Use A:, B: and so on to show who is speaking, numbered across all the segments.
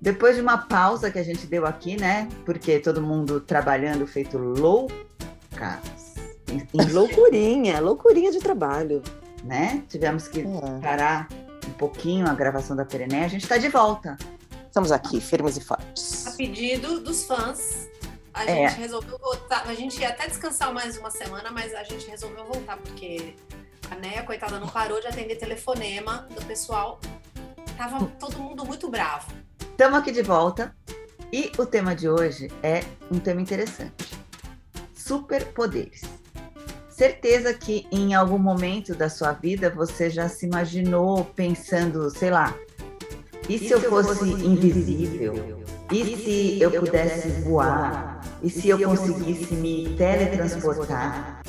A: Depois de uma pausa que a gente deu aqui, né? Porque todo mundo trabalhando feito louca, em, em
B: Loucurinha, loucurinha de trabalho.
A: né? Tivemos que
B: É.
A: parar um pouquinho a gravação da Perené. A gente está de volta.
B: Estamos aqui, firmes e fortes.
C: A pedido dos fãs, a
A: É.
C: gente resolveu voltar. A gente ia até descansar mais uma semana, mas a gente resolveu voltar, porque a Neia, coitada, não parou de atender telefonema do pessoal. Tava todo mundo muito bravo.
A: Estamos aqui de volta. E o tema de hoje é um tema interessante. Superpoderes. Certeza que em algum momento da sua vida você já se imaginou pensando, sei lá, e se, eu, fosse, invisível? E, se, eu pudesse voar? E se eu conseguisse me teletransportar?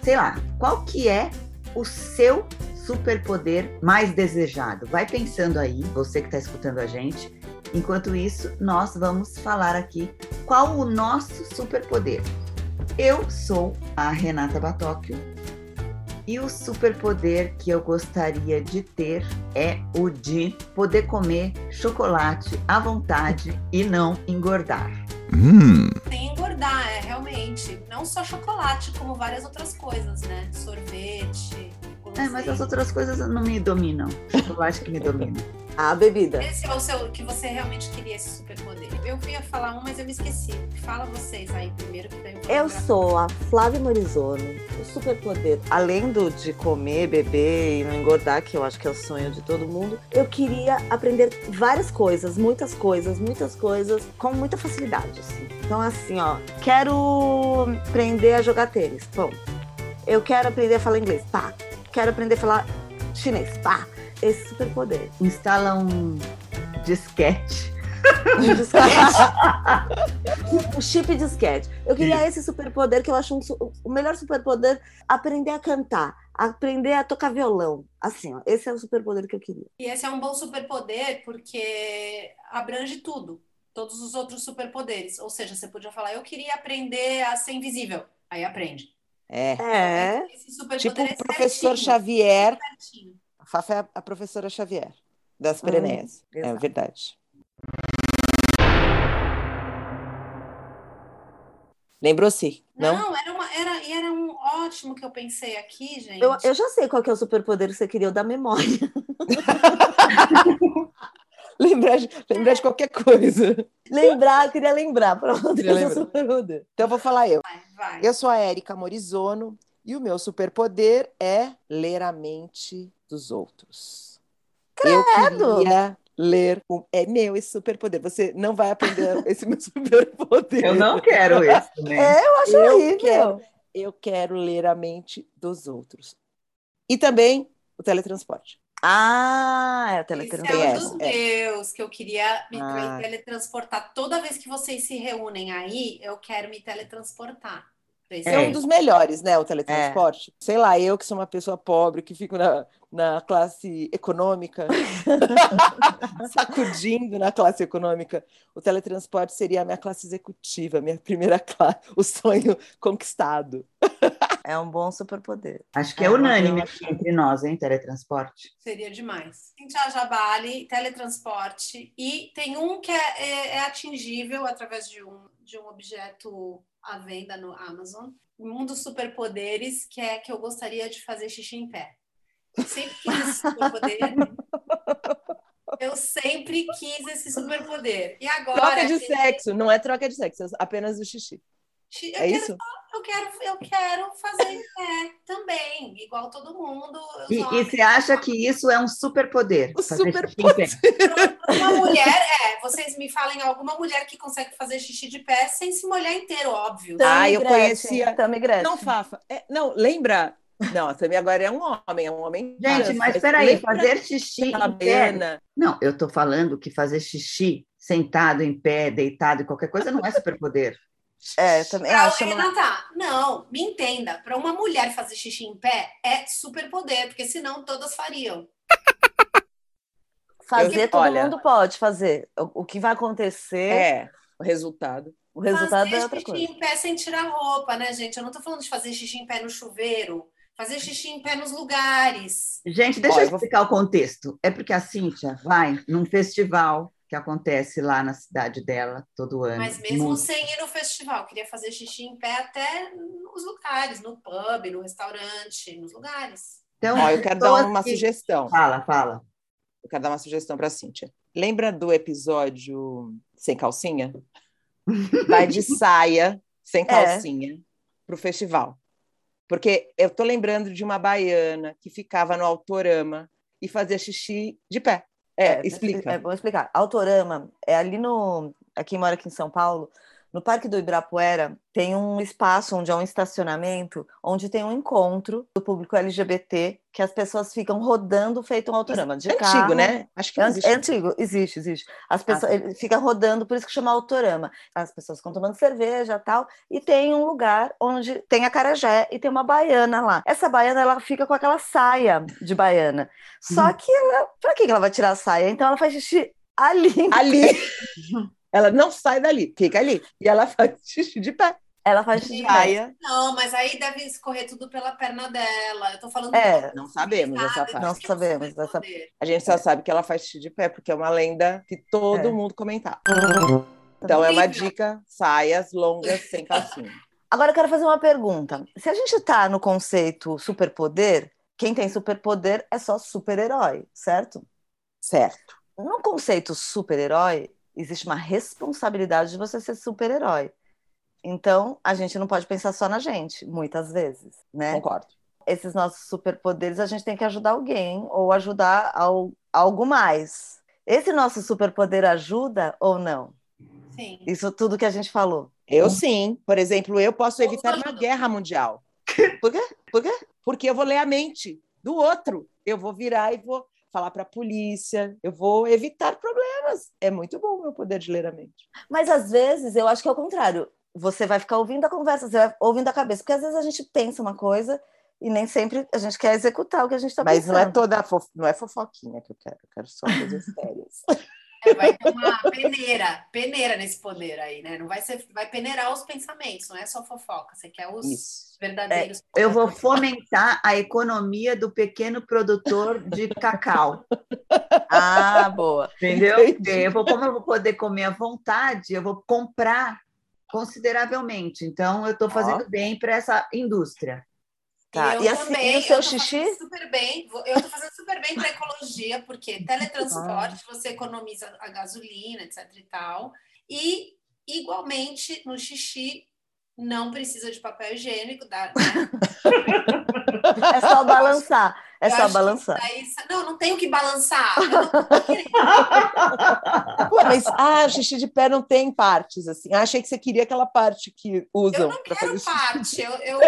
A: Sei lá, qual que é o seu superpoder mais desejado? Vai pensando aí, você que está escutando a gente. Enquanto isso, nós vamos falar aqui qual o nosso superpoder. Eu sou a Renata Batocchio e o superpoder que eu gostaria de ter é o de poder comer chocolate à vontade e não engordar.
D: Hum,
C: Sem engordar, é realmente. Não só chocolate, como várias outras coisas, né? Sorvete.
A: É, mas as
C: guloseima.
A: outras coisas não me dominam. Chocolate que me domina.
B: A bebida.
C: Esse é o seu que você realmente queria esse superpoder. Eu ia falar um, mas eu me esqueci. Fala vocês aí primeiro que daí vou
B: Eu
C: lembrar.
B: sou a Flávia Morizono. O superpoder, além do de comer, beber e não engordar, que eu acho que é o sonho de todo mundo, eu queria aprender várias coisas, muitas coisas, muitas coisas, com muita facilidade, assim. Então, assim, ó, quero aprender a jogar tênis. Bom, eu quero aprender a falar inglês. Pá. Quero aprender a falar chinês. Pá. Esse superpoder.
A: Instala um disquete.
B: Um disquete. o chip disquete. Eu queria esse superpoder que eu acho um su- o melhor superpoder aprender a cantar, aprender a tocar violão. Assim, ó, esse é o superpoder que eu queria.
C: E esse é um bom superpoder porque abrange tudo, todos os outros superpoderes. Ou seja, você podia falar, eu queria aprender a ser invisível. Aí aprende.
E: É.
B: É.
C: Esse superpoder
E: Tipo
C: é
E: o professor
C: certinho,
E: Xavier.
C: certinho.
E: A Fafa é a- a professora Xavier, das Pireneias. é
B: exato.
E: verdade. Lembrou-se, não?
C: Não, era, uma, era, e era um ótimo que eu pensei aqui, gente.
B: Eu, eu já sei qual que é o superpoder que você queria, o da memória.
E: Lembrar, de, lembrar de qualquer coisa.
B: Lembrar, eu queria lembrar. Pronto, esse
E: Queria
B: é o
E: lembrar.
B: superpoder.
E: Então, eu vou falar eu.
C: Vai.
E: Eu sou a Érica Morizono e o meu superpoder é ler a mente dos outros. Eu queria ler. o- É meu esse superpoder. Você não vai aprender esse meu superpoder.
A: Eu não quero isso,
E: É?
A: né?
B: Eu acho
E: Eu
B: horrível.
E: quero. Eu quero ler a mente dos outros. E também o teletransporte.
B: Ah, é o
C: Esse
B: teletransporte.
C: é um
E: Telegram.
C: dos
E: É,
C: meus que eu queria me tra-
E: Ah.
C: teletransportar. Toda vez que vocês se reúnem aí, eu quero me teletransportar. Pra esse
E: É, um
C: momento.
E: dos melhores, né? O teletransporte.
A: É.
E: Sei lá, eu que sou uma pessoa pobre, que fico na, na classe econômica, sacudindo na classe econômica. O teletransporte seria a minha classe executiva, minha primeira classe, o sonho conquistado.
B: É um bom superpoder.
A: Acho que é
E: É,
A: unânime
E: eu
A: aqui entre nós, hein, teletransporte.
C: Seria demais. Cintia Jabali, teletransporte. E tem um que é, é- é atingível através de um, de um objeto à venda no Amazon. Um dos superpoderes que é que eu gostaria de fazer xixi em pé. Sempre quis esse superpoder. Eu sempre quis esse superpoder. E agora.
E: Troca de sexo, não é troca de sexo, é apenas o xixi.
C: Xi- eu
E: É
C: quero
E: isso?
C: eu quero, eu quero fazer em pé também, igual todo mundo. Eu
A: E,
C: sou
A: e você acha que isso é um superpoder?
E: O
A: Fazer xixi em
E: superpoder.
A: pé.
C: uma mulher, é, vocês me falem alguma mulher que consegue fazer xixi de pé sem se molhar inteiro, óbvio.
E: Tá. Ah,
B: Tammy
E: eu
B: Gretchen,
E: conhecia-
B: Tammy Gretchen.
E: Não, Fafa. é- não, lembra? Não, a Samia agora é um homem, é um homem.
A: Gente,
E: trans,
A: mas peraí,
E: lembra é
A: fazer xixi
E: daquela
A: em pé.
E: Baiana?
A: Não, eu tô falando que fazer xixi sentado, em pé, deitado, em qualquer coisa, não é superpoder.
B: É, eu também
C: Pra-
B: acho. Uma...
C: Renata, não, me entenda. Para uma mulher fazer xixi em pé é superpoder, porque senão todas fariam.
B: Fazer
E: Eu-
B: todo
E: olha-
B: mundo pode fazer. O, o que vai acontecer,
E: É, o resultado.
B: o resultado
C: fazer
B: é outra
C: xixi
B: coisa.
C: em pé sem tirar roupa, né, gente? Eu não tô falando de fazer xixi em pé no chuveiro, fazer xixi em pé nos lugares.
A: Gente, deixa
E: Ó,
A: eu
E: eu vou-
A: explicar o contexto. É porque a Cíntia vai num festival que que acontece lá na cidade dela todo ano.
C: Mas mesmo
A: É,
C: assim,
A: Muito.
C: sem ir no festival, queria fazer xixi em pé até nos lugares, no pub, no restaurante, nos lugares.
A: Então,
E: Ó, eu quero
A: pessoas
E: dar uma
A: que-
E: sugestão.
A: Fala, fala.
E: Eu quero dar uma sugestão para a Cíntia. Lembra do episódio Sem Calcinha? Vai de
B: É.
E: saia, sem calcinha, para o festival. Porque eu tô lembrando de uma baiana que ficava no Autorama e fazia xixi de pé. É, explica.
B: É, vou explicar. Autorama é ali no. Aqui quem mora aqui em São Paulo, no Parque do Ibirapuera, tem um espaço onde há um estacionamento, onde tem um encontro do público LGBT, que as pessoas ficam rodando feito um autorama. De
E: É
B: carro.
E: antigo, né? Acho que
B: É,
E: não
B: an-
E: existe. Ah, tá.
B: é antigo, existe, existe. As pessoas, ele fica rodando, por isso que chama autorama. As pessoas ficam tomando cerveja tal, e tem um lugar onde tem a carajé e tem uma baiana lá. Essa baiana, ela fica com aquela saia de baiana. Só
E: Uhum.
B: que ela, pra que que ela vai tirar a saia? Então ela faz xixi ali.
E: Ali. Ela não sai dali, fica ali. E ela faz xixi de pé.
B: Ela faz xixi de pé.
E: Saia.
C: Não, mas aí deve escorrer tudo pela perna dela. Eu tô falando.
B: É,
E: Não sabemos essa parte.
B: Não sabemos
C: super
B: essa-
C: poder.
E: A gente só sabe que ela faz xixi de pé, porque é uma lenda que todo
B: É.
E: mundo comentava. Então é uma
C: Incrível.
E: dica: saias longas sem calcinha.
B: Agora eu quero fazer uma pergunta. Se a gente tá no conceito superpoder, quem tem superpoder é só super-herói, certo?
E: Certo.
B: No conceito super-herói, existe uma responsabilidade de você ser super-herói. Então, a gente não pode pensar só na gente, muitas vezes, né?
E: É. Concordo.
B: Esses nossos superpoderes, a gente tem que ajudar alguém ou ajudar ao- algo mais. Esse nosso superpoder ajuda ou não?
C: Sim.
B: Isso tudo que a gente falou.
E: Eu sim. Por exemplo, eu posso
C: Todo
E: evitar uma
C: mundo.
E: guerra mundial. Por quê? Por quê? Porque eu vou ler a mente do outro. Eu vou virar e vou falar para a polícia. Eu vou evitar problemas. É muito bom o meu poder de ler a mente.
B: Mas às vezes eu acho que é o contrário. Você vai ficar ouvindo a conversa, você vai ouvindo a cabeça, porque às vezes a gente pensa uma coisa e nem sempre a gente quer executar o que a gente está
E: Mas
B: pensando.
E: não é toda fofo- não é fofoquinha que eu quero. Eu quero só coisas sérias.
C: É, vai ter uma peneira, peneira nesse poder aí, né? Não vai ser, vai peneirar os pensamentos, não é só fofoca. Você quer os
E: Isso.
C: verdadeiros.
B: É,
A: Eu vou fomentar a economia do pequeno produtor de cacau,
B: Ah, boa.
A: entendeu?
E: Entendi.
A: Porque Eu vou, como eu vou poder comer à vontade, eu vou comprar consideravelmente. Então, eu estou fazendo bem para essa indústria.
B: Tá,
C: eu
B: e assim,
C: também,
B: e o seu
C: eu tô
B: xixi?
C: fazendo super bem, vou- eu tô fazendo super bem para ecologia, porque teletransporte,
B: Ah.
C: você economiza a gasolina, etc e tal. E, igualmente, no xixi, não precisa de papel higiênico. Dá, né?
B: É só balançar. É
C: Eu
B: só
C: acho que
B: balançar.
C: daí sa- não, não tenho que balançar. Eu não-
E: Pô, mas ah, xixi de pé não tem partes assim. Ah, achei que você queria aquela parte que usam para fazer
C: quero
E: xixi.
C: parte. Eu, eu,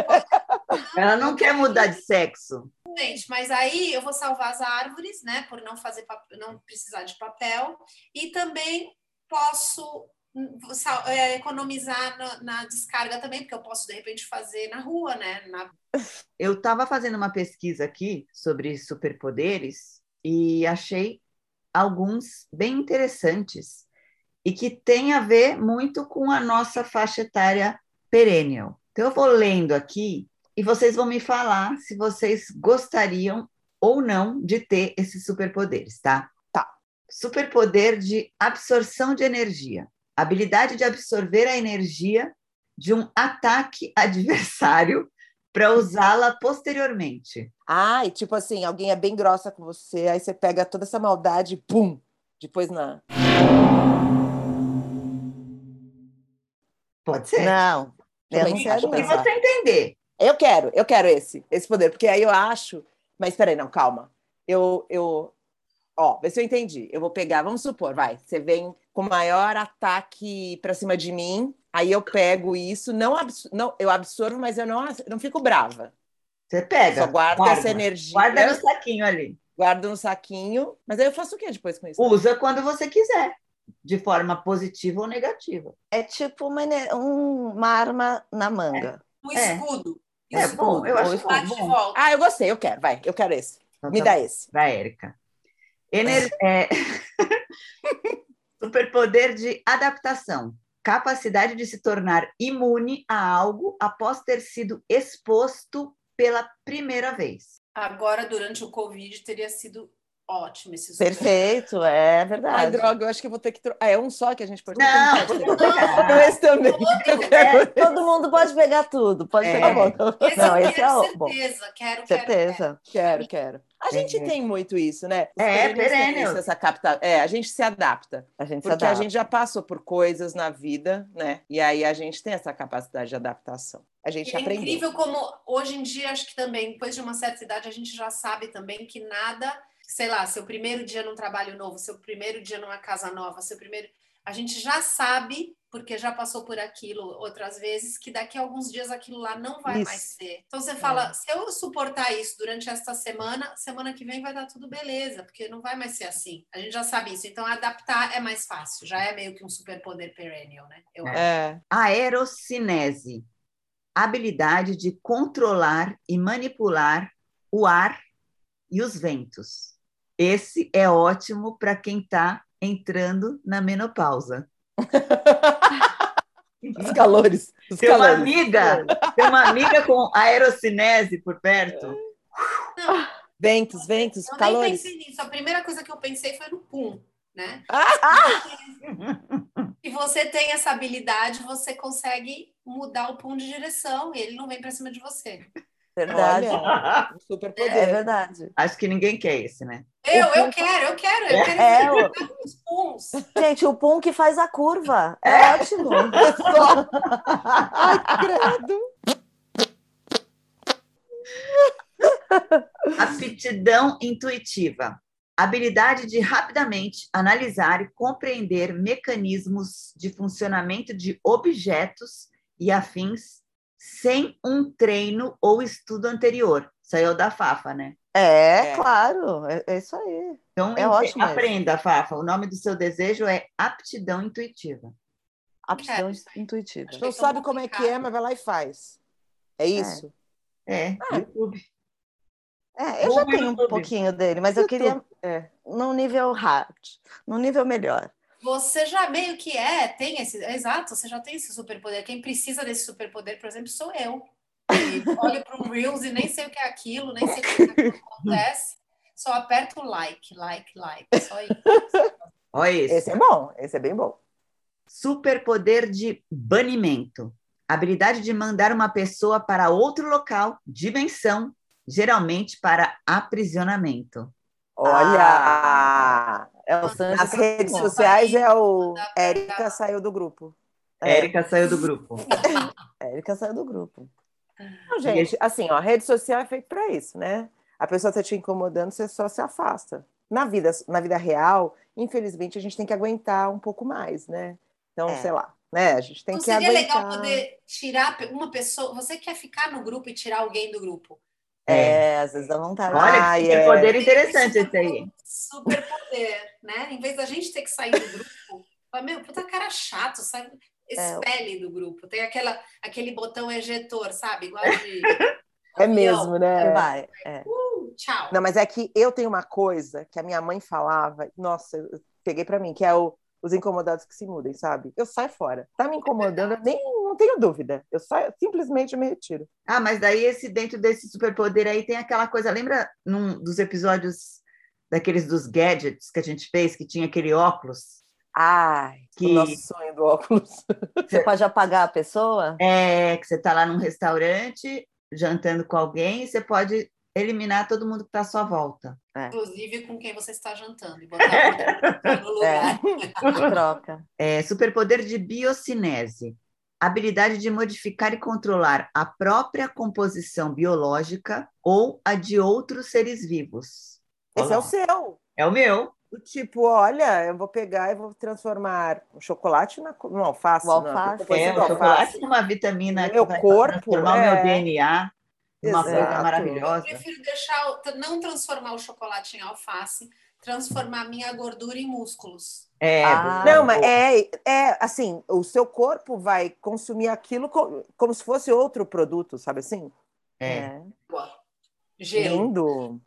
A: Ela não quer mudar de sexo.
C: gente, mas aí eu vou salvar as árvores, né? Por não fazer pap- não precisar de papel. E também posso hum, sal- é, economizar na, na descarga também, porque eu posso, de repente, fazer na rua, né? Na-
A: Eu estava fazendo uma pesquisa aqui sobre superpoderes e achei alguns bem interessantes e que tem a ver muito com a nossa faixa etária perennial. Então, eu vou lendo aqui e vocês vão me falar se vocês gostariam ou não de ter esses superpoderes, tá?
E: Tá.
A: Superpoder de absorção de energia. Habilidade de absorver a energia de um ataque adversário para usá-la posteriormente.
E: Ah, e tipo assim, alguém é bem grossa com você, aí você pega toda essa maldade, e pum, depois na.
A: Pode ser? É
B: Não, eu
E: Também
B: não
E: acho
B: quero
A: Se
E: pesado.
B: isso.
A: você entender.
E: Eu quero, eu quero esse, esse poder, porque aí eu acho. Mas peraí, não, calma. Eu, eu, ó, vê se eu entendi. Eu vou pegar, vamos supor, vai. Você vem com o maior ataque pra cima de mim, aí eu pego isso, não, abs- não eu absorvo, mas eu não, as- não fico brava.
A: Você pega.
E: Só guardo
A: guarda.
E: essa energia.
A: Guarda no saquinho ali.
E: guardo no saquinho, mas aí eu faço o que depois com isso?
A: Usa quando você quiser, de forma positiva ou negativa.
B: É tipo uma, ener- um- uma arma na manga.
C: Um
A: É.
C: escudo.
A: É
C: Escudo,
A: bom, eu acho
C: bate de
A: bom.
C: volta.
E: Ah, eu gostei, eu quero, vai, eu quero esse.
A: Então,
E: Me
A: tá
E: dá esse.
A: Para Érica. Ener... é... Superpoder de adaptação. Capacidade de se tornar imune a algo após ter sido exposto pela primeira vez.
C: Agora, durante o Covid, teria sido ótimo esse super.
B: Perfeito, é
E: Ai,
B: verdade.
E: droga, eu acho que eu vou ter que. tro- Ah, é um só que a gente pode.
A: Não,
E: Então,
A: não, não.
E: Então, esse também. Eu quero-
B: É, todo mundo pode pegar tudo, pode
A: É.
B: pegar bom.
C: Esse
B: Não,
C: eu
B: esse é
C: quero
B: o bom.
C: certeza, quero, quero,
B: Certeza.
E: Quero, quero. A gente
A: É.
E: tem muito isso, né? Os
A: É,
E: perennials têm
A: perennial.
E: isso, Essa capta... É, a gente se adapta.
B: A gente se
E: Porque a
B: adapta.
E: gente já passou por coisas na vida, né? E aí a gente tem essa capacidade de adaptação. A gente
C: E é
E: aprendeu.
C: incrível como hoje em dia, acho que também, depois de uma certa idade, a gente já sabe também que nada, sei lá, seu primeiro dia num trabalho novo, seu primeiro dia numa casa nova, seu primeiro. A gente já sabe, porque já passou por aquilo outras vezes, que daqui a alguns dias aquilo lá não vai
E: Isso. É.
C: mais ser. Então você fala, se eu suportar isso durante esta semana, semana que vem vai dar tudo beleza, porque não vai mais ser assim. A gente já sabe isso. Então adaptar é mais fácil, já é meio que um superpoder perennial, né? Eu acho.
E: É.
A: Aerocinese. Habilidade de controlar e manipular o ar e os ventos. Esse é ótimo para quem está entrando na menopausa.
E: Os calores. Os
A: Tem uma
E: calores.
A: amiga, tem uma amiga com aerocinese por perto.
E: Ventos, ventos,
C: Eu nem
E: calores.
C: pensei nisso. A primeira coisa que eu pensei foi no pum, né? E você tem essa habilidade, você consegue mudar o pum de direção e ele não vem pra cima de você.
B: Verdade.
E: Olha, um super
B: É
E: poder.
B: verdade.
A: Acho que ninguém quer esse, né?
C: Eu, eu
B: pum-
C: quero, eu quero, eu quero
B: Uhum. É,
C: experimentar com os puns.
B: Gente, o Pum que faz a curva. É, ótimo.
E: Ai, credo.
A: Aptidão intuitiva. Habilidade de rapidamente analisar e compreender mecanismos de funcionamento de objetos e afins sem um treino ou estudo anterior. Saiu da Fafa, né?
B: É,
E: É.
B: claro. É, é isso aí.
A: Então,
B: É
A: ente-
B: ótimo esse.
A: aprenda, Fafa. O nome do seu desejo é aptidão intuitiva.
B: Aptidão
C: É.
B: intuitiva.
E: Não sabe como é que é, mas vai lá e faz. É isso?
A: É,
B: Ah.
A: YouTube.
B: É, eu
A: Bom,
B: já tenho um
A: YouTube.
B: pouquinho dele, mas eu queria é, num nível hard, num nível melhor.
C: Você já meio que é, tem esse. Exato, você já tem esse superpoder. Quem precisa desse superpoder, por exemplo, sou eu. E olho para um Reels e nem sei o que é aquilo, nem sei o que, é aquilo que acontece. Só aperto like, like, like. Só isso.
A: Olha isso.
E: Esse é bom, esse é bem bom.
A: Superpoder de banimento. Habilidade de mandar uma pessoa para outro local, dimensão, geralmente para aprisionamento.
C: Ah,
E: Olha!
B: É o Sanji.
E: As redes
B: Simão.
E: sociais é o Érica saiu do grupo.
B: É.
A: Érica saiu do grupo.
B: Érica saiu do grupo.
C: Ah.
E: Não, gente, assim, ó, rede social é feita pra isso, né? A pessoa tá te incomodando, você só se afasta. Na vida, na vida real, infelizmente, a gente tem que aguentar um pouco mais, né? Então,
B: É.
E: sei lá, né? A gente tem
C: Então,
E: que
C: seria
E: aguentar.
C: legal poder tirar pe- uma pessoa. Você quer ficar no grupo e tirar alguém do grupo?
A: É.
B: É, às vezes dá vontade.
A: Olha
E: Ai,
A: que
E: é.
A: superpoder interessante esse aí.
C: Superpoder, né? Em vez da gente ter que sair do grupo, fala, meu, puta cara chato, sai,
E: É,
C: expele do grupo. Tem aquela, aquele botão ejetor, sabe? Igual de
E: É mesmo, né?
B: vai.
C: uh, tchau.
E: Não, mas é que eu tenho uma coisa que a minha mãe falava, nossa, eu peguei pra mim, que é o- os incomodados que se mudem, sabe? Eu saio fora. Tá me incomodando, eu nem não tenho dúvida. Eu saio, simplesmente me retiro.
A: Ah, mas daí esse dentro desse superpoder aí tem aquela coisa, lembra num dos episódios daqueles dos gadgets que a gente fez que tinha aquele óculos
E: Ai,
A: que
E: o nosso sonho do óculos.
B: Você pode apagar a pessoa?
A: é que você tá lá num restaurante jantando com alguém e você pode eliminar todo mundo que tá à sua volta.
C: Inclusive com quem você está jantando. E botar no
E: É.
C: lugar.
B: Troca.
A: É, superpoder de biocinese. Habilidade de modificar e controlar a própria composição biológica ou a de outros seres vivos.
E: Esse
A: Olha
E: é o
A: lá.
E: seu.
A: É o meu.
E: O tipo, olha, eu vou pegar e vou transformar o chocolate na, co- no alface.
B: O alface.
E: Na,
A: É,
E: é,
A: o
E: alface.
A: chocolate é uma vitamina que
E: Meu
A: vai
E: corpo,
A: transformar o
E: é.
A: meu DNA numa coisa
E: Exato. Ah,
C: Eu
A: maravilhosa.
C: prefiro deixar, o- não transformar o chocolate em alface, transformar minha gordura em músculos.
A: É,
B: Ah.
A: boa,
E: Não, mas
A: boa.
E: é, é assim, o seu corpo vai consumir aquilo co- como se fosse outro produto, sabe assim?
A: É.
C: Gelo.
E: Lindo.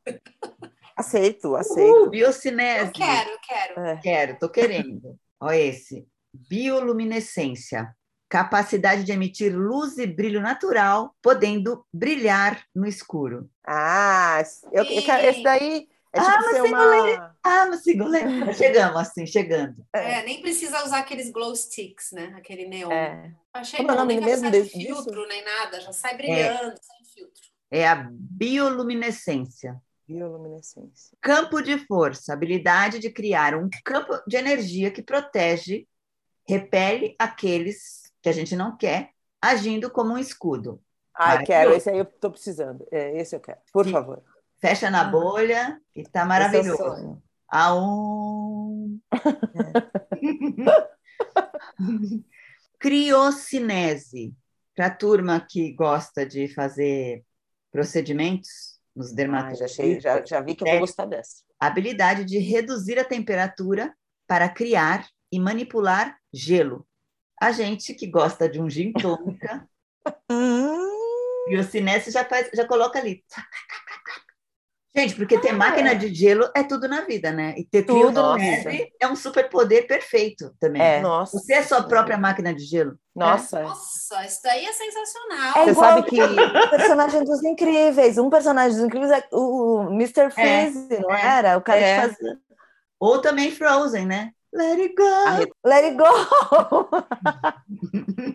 E: Aceito, aceito.
A: Uhul, Uh, biocinese.
C: Eu quero, eu quero.
A: Quero, tô querendo. Olha esse. Bioluminescência. Capacidade de emitir luz e brilho natural, podendo brilhar no escuro.
E: Ah, eu, eu quero- esse daí É tipo
A: Ah, mas
E: ser
A: sem
E: uma.
A: Ah, mas segundo Chegamos assim, chegando.
C: É, nem precisa usar aqueles glow sticks, né? Aquele neon.
B: É.
C: Achei
E: Como é o
C: bom,
E: nome
C: nem
E: mesmo
C: precisa de
E: desse- disso? É.
C: filtro, nem nada. Já sai brilhando, sem filtro.
A: É a bioluminescência.
E: Bioluminescência.
A: Campo de força, habilidade de criar um campo de energia que protege, repele aqueles que a gente não quer, agindo como um escudo.
E: Ai,
A: Maravilhoso.
E: quero. Esse aí eu tô precisando. É, esse eu quero. Por
A: Sim.
E: favor.
A: Fecha na bolha e tá
B: Ah. Esse é o
A: maravilhoso.
B: sonho.
A: A um. é. Criocinese. Para a turma que gosta de fazer procedimentos nos
E: Ai,
A: dermatologistas,
E: já, achei, já, já vi que eu vou gostar dessa.
A: a habilidade de reduzir a temperatura para criar e manipular gelo. A gente que gosta de um gin tônica,
B: Hum,
A: criocinese já, faz, já coloca ali. Gente, porque ter máquina de gelo é tudo na vida, né? E ter
E: Tudo,
A: criocinese é um superpoder perfeito também.
B: É.
E: Nossa.
A: Você é sua própria máquina de
E: É.
A: gelo.
E: Nossa.
C: Nossa, isso daí é sensacional.
B: É
E: Você
B: igual
E: sabe que.
B: o personagem dos incríveis. Um personagem dos incríveis é o o Mr. Freeze, não
A: é,
B: era? O cara
E: é.
B: que fazia.
A: Ou também Frozen, né? Let it go.
B: Let it go!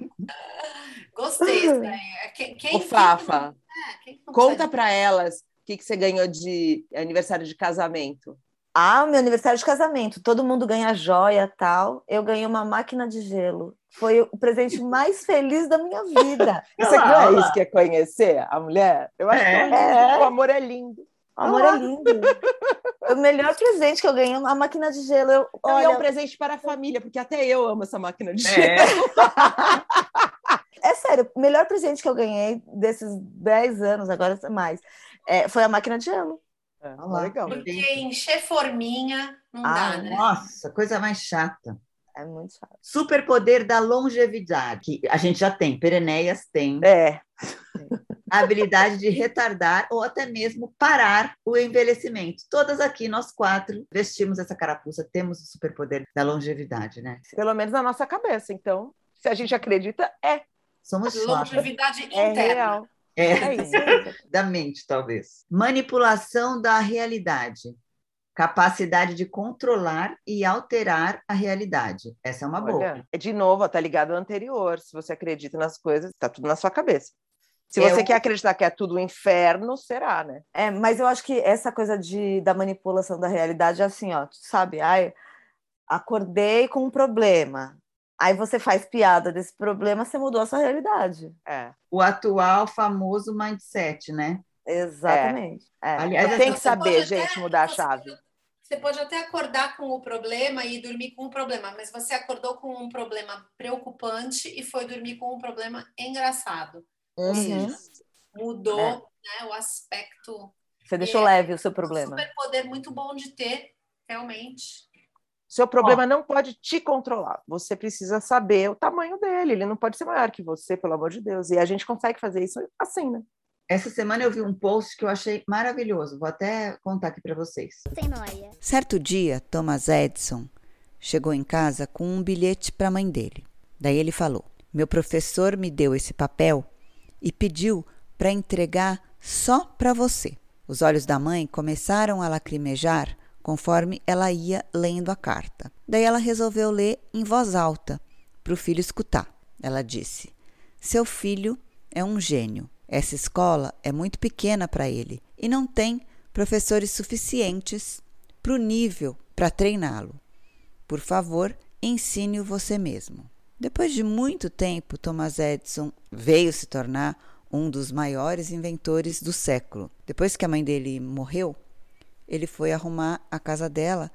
C: Gostei isso daí. É que- Quem,
E: Ô, Fafa,
C: quem- é, quem não
E: conta pra elas o que, que você ganhou de aniversário de casamento.
B: Ah, meu aniversário de casamento. Todo mundo ganha joia tal. Eu ganhei uma máquina de gelo. Foi o presente mais feliz da minha vida.
E: Isso aqui
A: Olha
E: não
A: lá,
E: é
A: olha
E: isso que é conhecer a mulher? Eu acho
A: É.
E: que é lindo. o amor é lindo.
B: O amor é lindo. Foi o melhor presente que eu ganhei, uma máquina de gelo. Eu,
E: Também é um
B: olha,
E: presente para a família, porque até eu amo essa máquina de gelo.
A: É.
B: é sério, o melhor presente que eu ganhei desses 10 anos, agora mais, é, foi a máquina de gelo.
E: É,
A: Olha lá.
E: legal.
C: Porque encher forminha não
B: Ah,
C: dá, né?
A: É. Nossa, coisa mais chata.
B: É muito chato.
A: Superpoder da longevidade. que A gente já tem, Pereneias tem.
E: É.
A: A habilidade de retardar ou até mesmo parar o envelhecimento. Todas aqui, nós quatro, vestimos essa carapuça, temos o superpoder da longevidade, né?
E: Pelo menos na nossa cabeça, então. Se a gente acredita, é.
A: Somos chatas
C: Longevidade
E: É
C: interna.
E: real.
A: é,
E: É isso.
A: da mente, talvez. Manipulação da realidade. Capacidade de controlar e alterar a realidade. Essa é uma boa.
E: Olha, é de novo, ó, tá ligado ao anterior. Se você acredita nas coisas, tá tudo na sua cabeça. Se
A: É
E: você
A: o-
E: quer acreditar que é tudo um inferno, será, né?
B: É, mas eu acho que essa coisa de, da manipulação da realidade é assim, ó, sabe? Ai, acordei com um problema. Aí você faz piada desse problema, você mudou a sua realidade.
E: É.
A: O atual famoso mindset, né?
B: Exatamente. É.
A: Aliás,
E: Tem
A: essa-
E: que
C: Você
E: saber,
C: pode até-
E: gente, mudar a
C: você
E: chave.
C: pode- Você pode até acordar com o problema e dormir com o problema, mas você acordou com um problema preocupante e foi dormir com um problema engraçado.
E: Uhum.
C: Ou seja, mudou
B: É.
C: né, o aspecto.
B: Você deixou
C: é-
B: leve o seu
C: Um
B: problema.
C: superpoder muito bom de ter, realmente.
E: Seu problema não pode te controlar. Você precisa saber o tamanho dele. Ele não pode ser maior que você, pelo amor de Deus. E a gente consegue fazer isso assim, né?
A: Essa semana eu vi um post que eu achei maravilhoso. Vou até contar aqui para vocês.
D: Sem noia.
F: Certo dia, Thomas Edison chegou em casa com um bilhete para a mãe dele. Daí ele falou: Meu professor me deu esse papel e pediu para entregar só para você. Os olhos da mãe começaram a lacrimejar conforme ela ia lendo a carta. Daí ela resolveu ler em voz alta para o filho escutar. Ela disse: Seu filho é um gênio. Essa escola é muito pequena para ele e não tem professores suficientes para o nível para treiná-lo. Por favor, ensine-o você mesmo. Depois de muito tempo, Thomas Edison veio se tornar um dos maiores inventores do século. Depois que a mãe dele morreu, ele foi arrumar a casa dela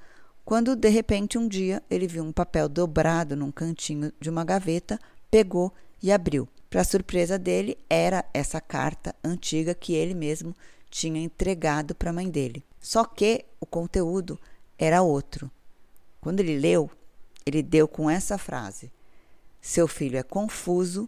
F: quando, de repente, um dia ele viu um papel dobrado num cantinho de uma gaveta, pegou e abriu. Para surpresa dele, era essa carta antiga que ele mesmo tinha entregado para a mãe dele. Só que o conteúdo era outro. Quando ele leu, ele deu com essa frase: Seu filho é confuso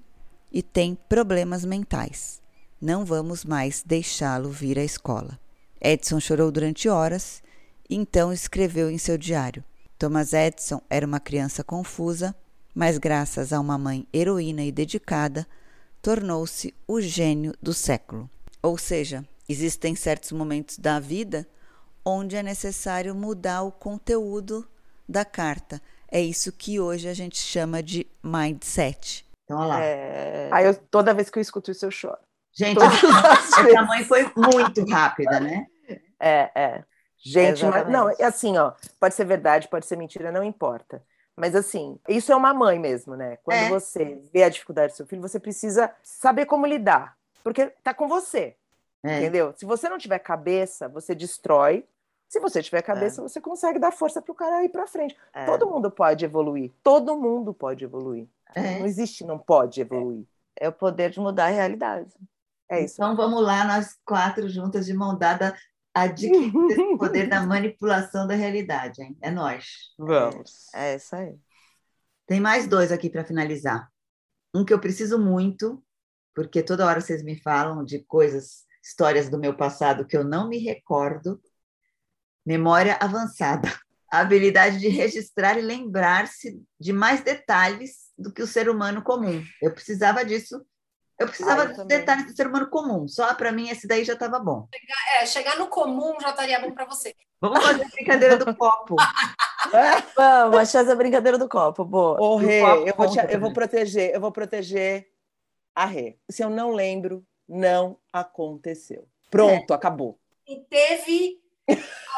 F: e tem problemas mentais. Não vamos mais deixá-lo vir à escola. Edson chorou durante horas e então escreveu em seu diário: Thomas Edison era uma criança confusa, mas graças a uma mãe heroína e dedicada, tornou-se o gênio do século. Ou seja, existem certos momentos da vida onde é necessário mudar o conteúdo da carta. É isso que hoje a gente chama de mindset.
A: Então, olha lá.
E: É... Aí eu, toda vez que eu escuto isso, eu choro.
A: Gente,
E: Todas as
A: a
E: vezes.
A: minha mãe foi muito rápida, né?
E: É, é. Gente, mas,
B: Exatamente.
E: não, é assim, ó, pode ser verdade, pode ser mentira, não importa. Mas assim, isso é uma mãe mesmo, né? Quando
A: É.
E: você vê a dificuldade do seu filho, você precisa saber como lidar, porque tá com você,
A: É.
E: entendeu? Se você não tiver cabeça, você destrói. Se você tiver
A: É.
E: cabeça, você consegue dar força pro cara ir pra frente.
B: É.
E: Todo mundo pode evoluir, todo mundo pode evoluir. Não
A: É.
E: existe não pode evoluir.
B: É o poder de mudar a realidade.
E: É, isso.
A: Então vamos lá, nós quatro juntas de mão dada, adquirir esse poder da manipulação da realidade, hein? É nós.
E: Vamos.
B: É isso aí.
A: Tem mais dois aqui para finalizar. Um que eu preciso muito, porque toda hora vocês me falam de coisas, histórias do meu passado que eu não me recordo. Memória avançada. A habilidade de registrar e lembrar-se de mais detalhes do que o ser humano comum. Eu precisava disso. Eu precisava
E: Ah, eu
A: dos
E: também.
A: detalhes do ser humano comum. Só para mim esse daí já estava bom.
C: É, chegar no comum já estaria bom para você.
A: Vamos fazer a brincadeira do copo.
B: Vamos, achei essa brincadeira do copo, boa.
E: Ô, Rê,
A: copo
E: eu vou,
A: conta
E: te- eu vou
A: também.
E: proteger, eu vou proteger a Rê. Se eu não lembro, não aconteceu. Pronto, acabou.
C: E teve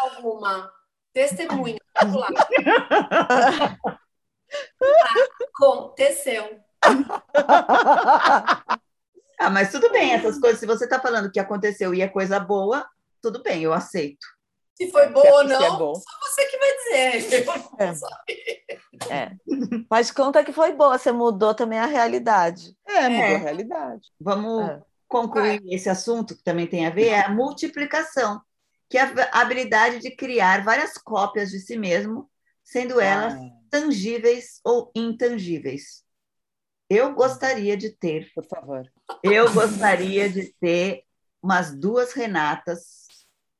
C: alguma testemunha popular. Aconteceu.
A: Ah, mas tudo bem, essas coisas. Se você está falando que aconteceu e é coisa boa, tudo bem, eu aceito.
C: Se foi boa ou
E: Se é
C: não,
E: bom.
C: só você que vai dizer.
B: É. Faz conta que foi boa, você mudou também a realidade.
E: É, mudou
A: É.
E: a realidade.
A: Vamos
B: É.
A: concluir esse assunto, que também tem a ver, é a multiplicação, que é a habilidade de criar várias cópias de si mesmo, sendo elas
E: Ah,
A: tangíveis ou intangíveis.
B: Hum.
A: Eu gostaria de ter,
E: por favor.
A: eu gostaria de ter umas duas Renatas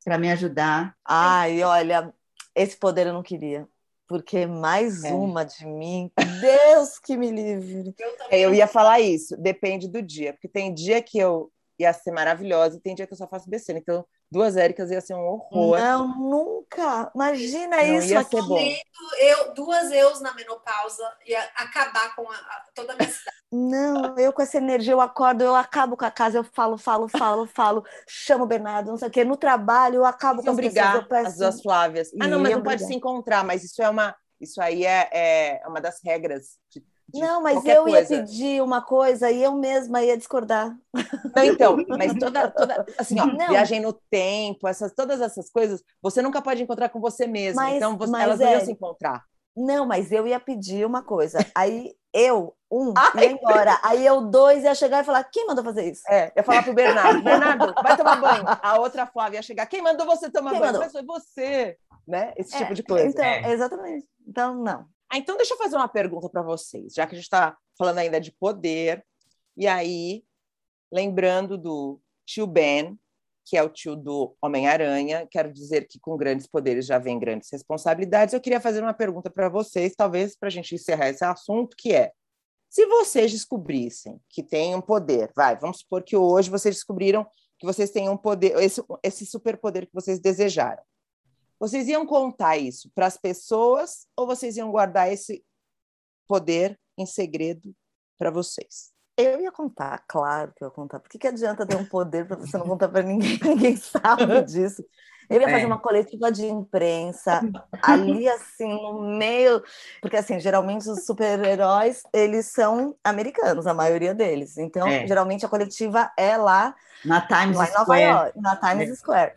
A: para me ajudar.
B: Ai, olha, esse poder eu não queria. Porque mais
E: É.
B: uma de mim, Deus que me livre.
C: Eu
E: É,
C: também.
E: Eu ia falar isso, depende do dia, porque tem dia que eu ia ser maravilhosa e tem dia que eu só faço besteira. Então, duas Éricas ia ser um horror.
B: Não, nunca. Imagina
E: Não
B: isso
E: ia
B: aqui.
E: ser bom.
C: Eu, duas eus na menopausa ia acabar com a- a- toda a minha cidade.
B: Não, eu com essa energia, eu acordo, eu acabo com a casa, eu falo, falo, falo, falo, chamo o Bernardo, não sei o quê. No trabalho, eu acabo com
E: Iam
B: as
E: brigar,
B: pessoas, eu peço.
E: as duas Flávias. Ah, não, mas
B: Iam
E: não pode
B: brigar.
E: se encontrar, mas isso é uma, isso aí é, é uma das regras. De, de
B: Não, mas
E: qualquer
B: eu ia
E: coisa.
B: pedir uma coisa e eu mesma ia discordar.
E: Não, então, mas toda, toda assim, ó,
B: Não.
E: viagem no tempo, essas, todas essas coisas, você nunca pode encontrar com você mesma.
B: Mas-
E: então, você-
B: mas, é.
E: elas não iam
B: Érica,
E: se encontrar.
B: Não, mas eu ia pedir uma coisa. Aí eu, um, ia embora. Aí eu, dois, ia chegar e falar: quem mandou fazer isso?
E: É, eu falar pro Bernardo, Bernardo, vai tomar banho. A outra Flávia ia chegar, quem mandou você tomar
B: Quem
E: banho?
B: mandou?
E: Mas foi você, né? Esse tipo
B: É,
E: de coisa.
B: Então,
A: É.
B: exatamente. Então, não.
E: Ah, então deixa eu fazer uma pergunta para vocês, já que a gente está falando ainda de poder, e aí, lembrando do tio Ben, que é o tio do Homem-Aranha, quero dizer que com grandes poderes já vem grandes responsabilidades. Eu queria fazer uma pergunta para vocês, talvez para a gente encerrar esse assunto, que é: se vocês descobrissem que tem um poder, vai, vamos supor que hoje vocês descobriram que vocês têm um poder, esse, esse superpoder que vocês desejaram. Vocês iam contar isso para as pessoas ou vocês iam guardar esse poder em segredo para vocês?
B: Eu ia contar, claro que eu ia contar. Por que, que adianta ter um poder para você não contar para ninguém? Ninguém sabe disso. Eu ia
A: É.
B: fazer uma coletiva de imprensa ali, assim, no meio. Porque, assim, geralmente os super-heróis, eles são americanos, a maioria deles. Então,
A: É.
B: geralmente a coletiva é lá,
A: Na Times
B: lá em Nova
A: Square. É.
B: York, na Times Square.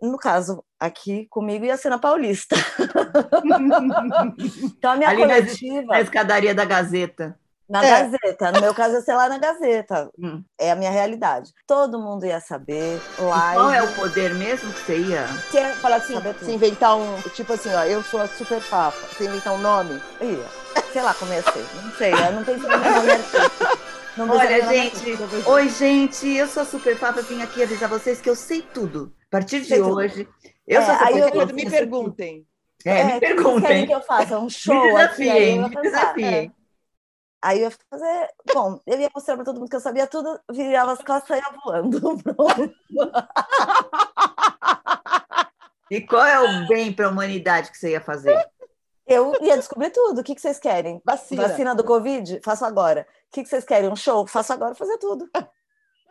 B: No caso, aqui comigo ia ser na Paulista. Então, a minha
A: Ali nas-
B: coletiva.
A: Na escadaria da Gazeta.
B: Na
E: É.
B: Gazeta, no meu caso, ia ser lá na Gazeta.
A: Hum.
B: É a minha realidade. Todo mundo ia saber,
A: E Qual
B: live.
A: é o poder mesmo que você ia?
E: Você ia falar assim,
B: Saber tudo.
E: se inventar um, tipo assim, ó, eu sou a super fafa, você inventar um nome?
B: Ia. Sei lá, comecei. Não sei, eu não pensei no meu nome artístico.
A: Olha,
B: Não pensei no meu nome
A: gente,
B: artístico, eu pensei-
A: Oi, gente, eu sou a Super Fafa, vim aqui avisar vocês que eu sei tudo. A partir de
B: Sei tudo.
A: hoje, eu
B: É,
A: sou a
B: aí
A: Super
B: eu-
A: Fafa.
E: Quando me perguntem.
A: É, me
B: o que vocês querem
A: perguntem.
B: que eu faça um show
A: Me
B: aqui. Aí
A: desafiem,
B: eu ia
A: me
B: pensar,
A: desafiem.
B: é. Aí eu ia fazer. Bom, eu ia mostrar pra todo mundo que eu sabia tudo, virava as costas e ia voando. Pronto.
A: E qual é o bem para a humanidade que você ia fazer?
B: Eu ia descobrir tudo. O que, que vocês querem?
E: Vacina.
A: né?
B: Vacina do Covid? Faço agora. O que, que vocês querem? Um show? Faço agora, fazer tudo.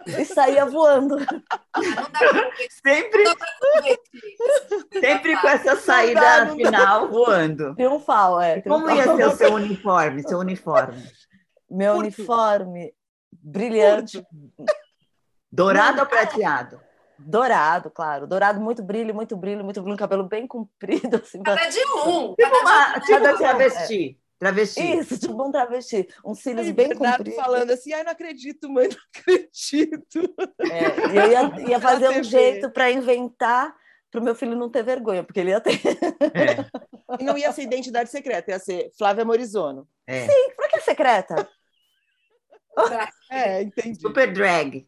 B: E saía voando.
C: Ah, não dá pra ver
A: Sempre, sempre com essa saída
E: não dá.
A: final voando.
B: Triunfal, é.
A: E Como ia
B: triunfal.
A: ser o seu uniforme? Seu uniforme?
B: Meu
E: Curto.
B: uniforme brilhante,
A: Dourado ou prateado?
B: dourado, claro. Dourado, muito brilho, muito brilho, muito brilho. um Cabelo bem comprido, assim. pra-
C: Cada de
A: Tipo,
C: um. Cada de um.
A: uma, tipo
B: Cada
A: um
B: um,
A: travesti. Travesti. tá
B: Isso, tipo um travesti. Uns cílios
E: E
B: bem
E: Bernardo
B: compridos.
E: falando assim, ai, não acredito, mãe, não acredito.
B: É, e eu ia, ia fazer
E: TV.
B: um jeito para inventar para o meu filho não ter vergonha, porque ele ia ter.
A: É,
E: E não ia ser identidade secreta, ia ser Flávia Morizono.
A: é.
B: Pra que secreta?
E: É, entendi.
A: Super drag.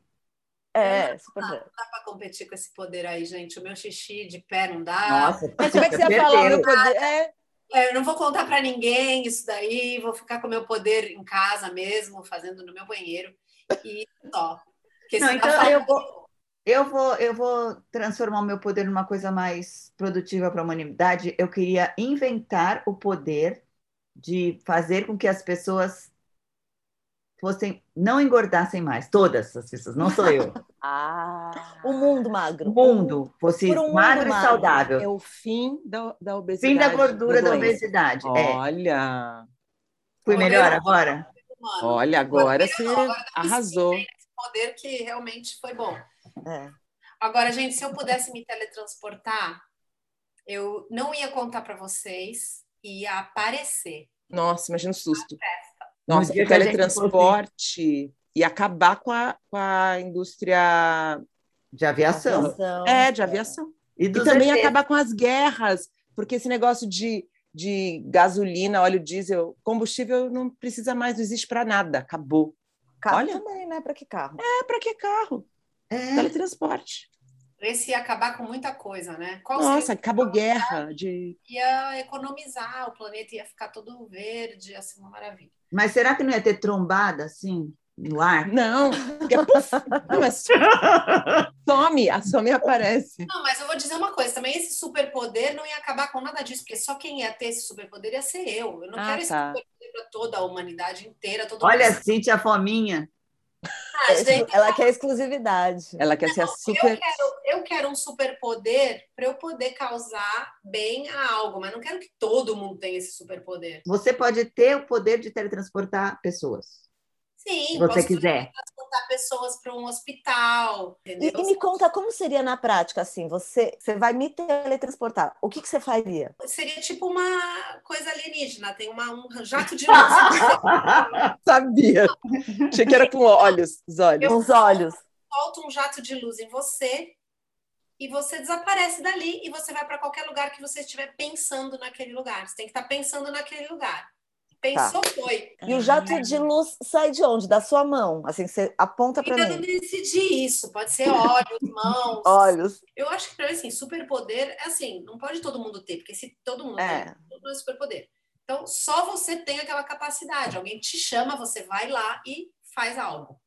B: É, super bem.
C: Não dá pra competir com esse poder aí, gente. O meu xixi de pé não dá.
A: Nossa,
E: Mas como é que você ia falar? Meu poder... É,
C: É, Eu não vou contar pra ninguém isso daí. Vou ficar com o meu poder em casa mesmo, fazendo no meu banheiro. E só. Porque
A: Não,
C: se
A: então
C: tá
A: eu Eu vou, eu vou transformar o meu poder numa coisa mais produtiva para a humanidade. Eu queria inventar o poder de fazer com que as pessoas fossem, não engordassem mais, todas as pessoas, não sou eu.
B: Ah, o mundo magro.
A: O mundo fosse
B: Por um mundo
A: magro e
B: magro,
A: saudável.
E: é o fim da, da obesidade.
A: Fim da gordura da
E: doença.
A: obesidade. É.
E: Olha,
A: Fui
C: Olha.
A: melhor agora?
C: Mano,
E: olha, agora você arrasou.
C: um poder que realmente foi bom.
B: É.
C: Agora, gente, se eu pudesse me teletransportar, eu não ia contar pra vocês, ia aparecer.
E: Nossa, imagina o susto.
A: No
E: Nossa,
A: dia
E: o
A: que assim? a gente
E: teletransporte ia acabar com a, com a indústria
A: De aviação.
B: Atenção.
E: é, de aviação.
A: E,
E: E
A: dos
E: também ia
A: ETs.
E: acabar com as guerras, porque esse negócio de, de gasolina, óleo diesel, combustível não precisa mais, não existe para nada, acabou.
B: Carro
E: Olha.
B: também, né? Pra que carro?
E: É para que carro?
A: É.
E: Teletransporte.
C: Esse ia acabar com muita coisa, né? Qual
E: Nossa,
C: seria-
E: acabou guerra de
C: ia economizar, o planeta ia ficar todo verde, ia ser uma maravilha.
A: Mas será que não ia ter trombada assim no ar?
E: Não, porque é puf, não é some, a some aparece.
C: Não, mas eu vou dizer uma coisa também, esse superpoder não ia acabar com nada disso, porque só quem ia ter esse superpoder ia ser eu. Eu não
E: Ah,
C: quero esse
E: tá.
C: superpoder para toda a humanidade inteira, todo
A: Olha a
C: mundo.
A: Cintia Fominha.
C: Ah, gente,
B: É Ela quer exclusividade.
E: Ela quer ser a
C: eu
E: super
C: quero, eu quero um superpoder para eu poder causar bem a algo, mas não quero que todo mundo tenha esse superpoder.
A: Você pode ter o poder de teletransportar pessoas,
C: Sim,
A: se você
C: posso
A: quiser.
C: transportar pessoas para um hospital,
B: E,
C: entendeu?
B: e me conta como seria na prática, assim, você, você vai me teletransportar. O que, que você faria?
C: Seria tipo uma coisa alienígena, tem uma, um jato de luz.
E: sabia. Achei que era com olhos, os olhos.
C: Eu-
B: Uns olhos.
C: solta um jato de luz em você e você desaparece dali e você vai para qualquer lugar que você estiver pensando naquele lugar. Você tem que estar pensando naquele lugar. Pensou, foi.
B: E o jato de luz sai de onde? Da sua mão. Assim, você aponta pra
C: Ainda não
B: mim.
C: decidi isso. Pode ser olhos, mãos.
B: Olhos.
C: Eu acho que para mim, assim, superpoder é assim, não pode todo mundo ter, porque se todo mundo
B: É.
C: tem, todo mundo é superpoder. Então, só você tem aquela capacidade. Alguém te chama, você vai lá e faz algo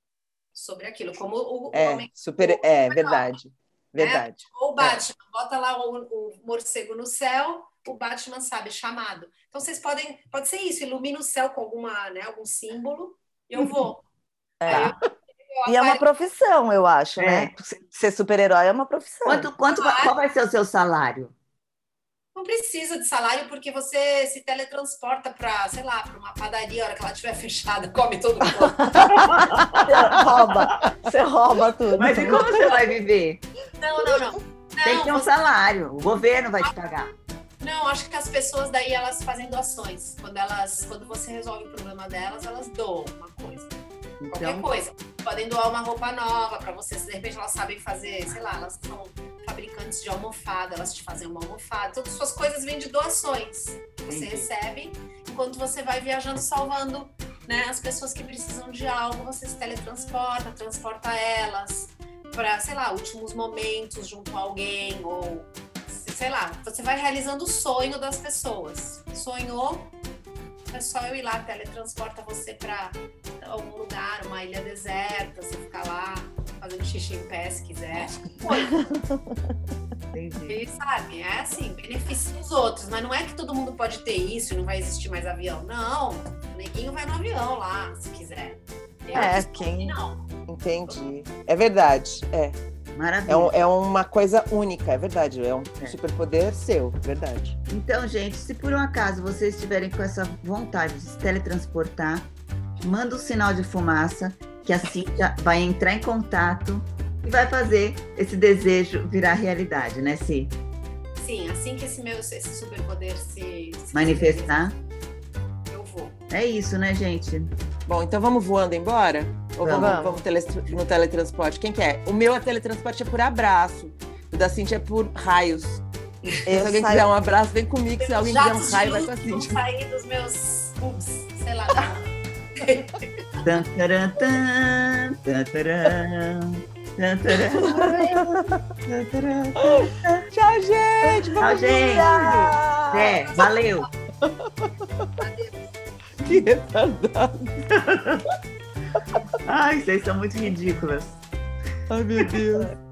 C: sobre aquilo. Como o, o
E: É,
C: um homem
E: super,
C: né?
E: é verdade. Verdade.
C: Ou o Batman, bota lá o, o morcego no céu, o Batman sabe, chamado. Então vocês podem, pode ser isso, ilumina o céu com alguma, né, algum símbolo, e eu vou. Aí eu- eu
B: E é uma
C: apareço.
B: profissão, eu acho,
A: É.
B: né? Ser super-herói é uma profissão.
A: Quanto, quanto, qual vai ser o seu salário?
C: Não precisa de salário porque você se teletransporta para, sei lá, para uma padaria, a hora que ela estiver fechada, come todo mundo.
B: Você rouba. Você rouba tudo.
A: Mas e como você vai viver?
C: Não, não, não.
A: Tem que ter
C: Não,
A: um salário. O governo vai te pagar.
C: não, acho que as pessoas daí elas fazem doações. Quando elas, quando você resolve o problema delas, elas doam uma coisa. qualquer
A: Então,
C: coisa. Podem doar uma roupa nova pra vocês. De repente elas sabem fazer, sei lá, elas são fabricantes de almofada, elas te fazem uma almofada. Todas as suas coisas vêm de doações. que Você
A: Entendi.
C: recebe enquanto você vai viajando, salvando né, as pessoas que precisam de algo. Você se teletransporta, transporta elas pra, sei lá, últimos momentos junto a alguém ou sei lá. Você vai realizando o sonho das pessoas. Sonhou? É só eu ir lá, teletransporta você pra algum lugar, uma ilha deserta, você ficar lá fazendo xixi em pé se quiser.
A: Entendi.
C: E, sabe, é assim, beneficia os outros, mas não é que todo mundo pode ter isso e não vai existir mais avião. Não, o neguinho vai no avião lá, se quiser. Eu
E: É,
C: acho que
E: quem-
C: Não.
E: Entendi. É verdade. É.
A: Maravilha.
E: É, um- é uma coisa única, é verdade. É um
A: É.
E: superpoder seu, verdade.
A: Então, gente, se por um acaso vocês estiverem com essa vontade de se teletransportar, manda um sinal de fumaça que a Cíntia vai entrar em contato e vai fazer esse desejo virar realidade, né, Cí?
C: Sim, assim que esse meu esse superpoder se, se
A: Manifestar.
C: materializar, Eu vou.
A: É isso, né, gente?
E: Bom, então vamos voando embora? Ou vamos,
B: Vamos.
E: vamos teles- no teletransporte? Quem quer? O meu é teletransporte é por abraço. O da Cintia é por raios. se
B: Eu
E: alguém
B: saio-
E: quiser um abraço, vem comigo. Se alguém quiser um
C: Jatos de
E: raio, vai
C: luz
E: com a
C: que vão
E: Cintia.
C: sair dos meus boobs, sei lá.
A: Tan, taran, tan, tan, taran, tan, taran, tan, taran.
E: Tchau, gente!
A: Tchau,
E: Vamos
A: gente!
E: voar!
A: É, valeu!
E: Que retardado!
A: Ai, vocês são muito ridículas.
E: Ai, meu Deus!